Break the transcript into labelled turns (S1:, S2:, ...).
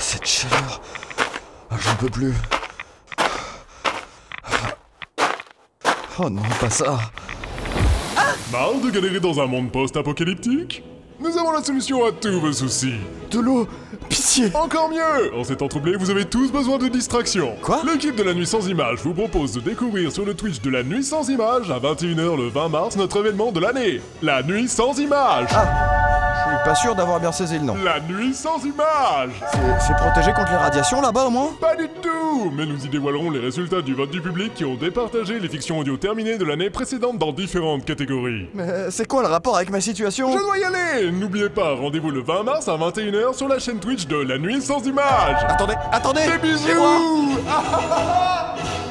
S1: Chaque chaleur. Ah, J'en peux plus. Oh non, pas ça.
S2: Marre de galérer dans un monde post-apocalyptique Nous avons la solution à tous vos soucis.
S1: De l'eau. Pitié.
S2: Encore mieux En ces temps troublés, vous avez tous besoin de distraction.
S1: Quoi
S2: L'équipe de la Nuit Sans Images vous propose de découvrir sur le Twitch de la Nuit Sans Images à 21h le 20 mars notre événement de l'année. La Nuit Sans Images
S1: Ah, Je suis pas sûr d'avoir bien saisi le nom.
S2: La Nuit Sans Images
S1: C'est c'est protégé contre les radiations là-bas au moins
S2: Pas du tout Mais nous y dévoilerons les résultats du vote du public qui ont départagé les fictions audio terminées de l'année précédente dans différentes catégories.
S1: Mais euh, c'est quoi le rapport avec ma situation
S2: Je dois y aller N'oubliez pas, rendez-vous le 20 mars à 21h sur la chaîne Twitch de La Nuit Sans Images
S1: Attendez, attendez
S2: Des
S1: C'est moi
S2: bisous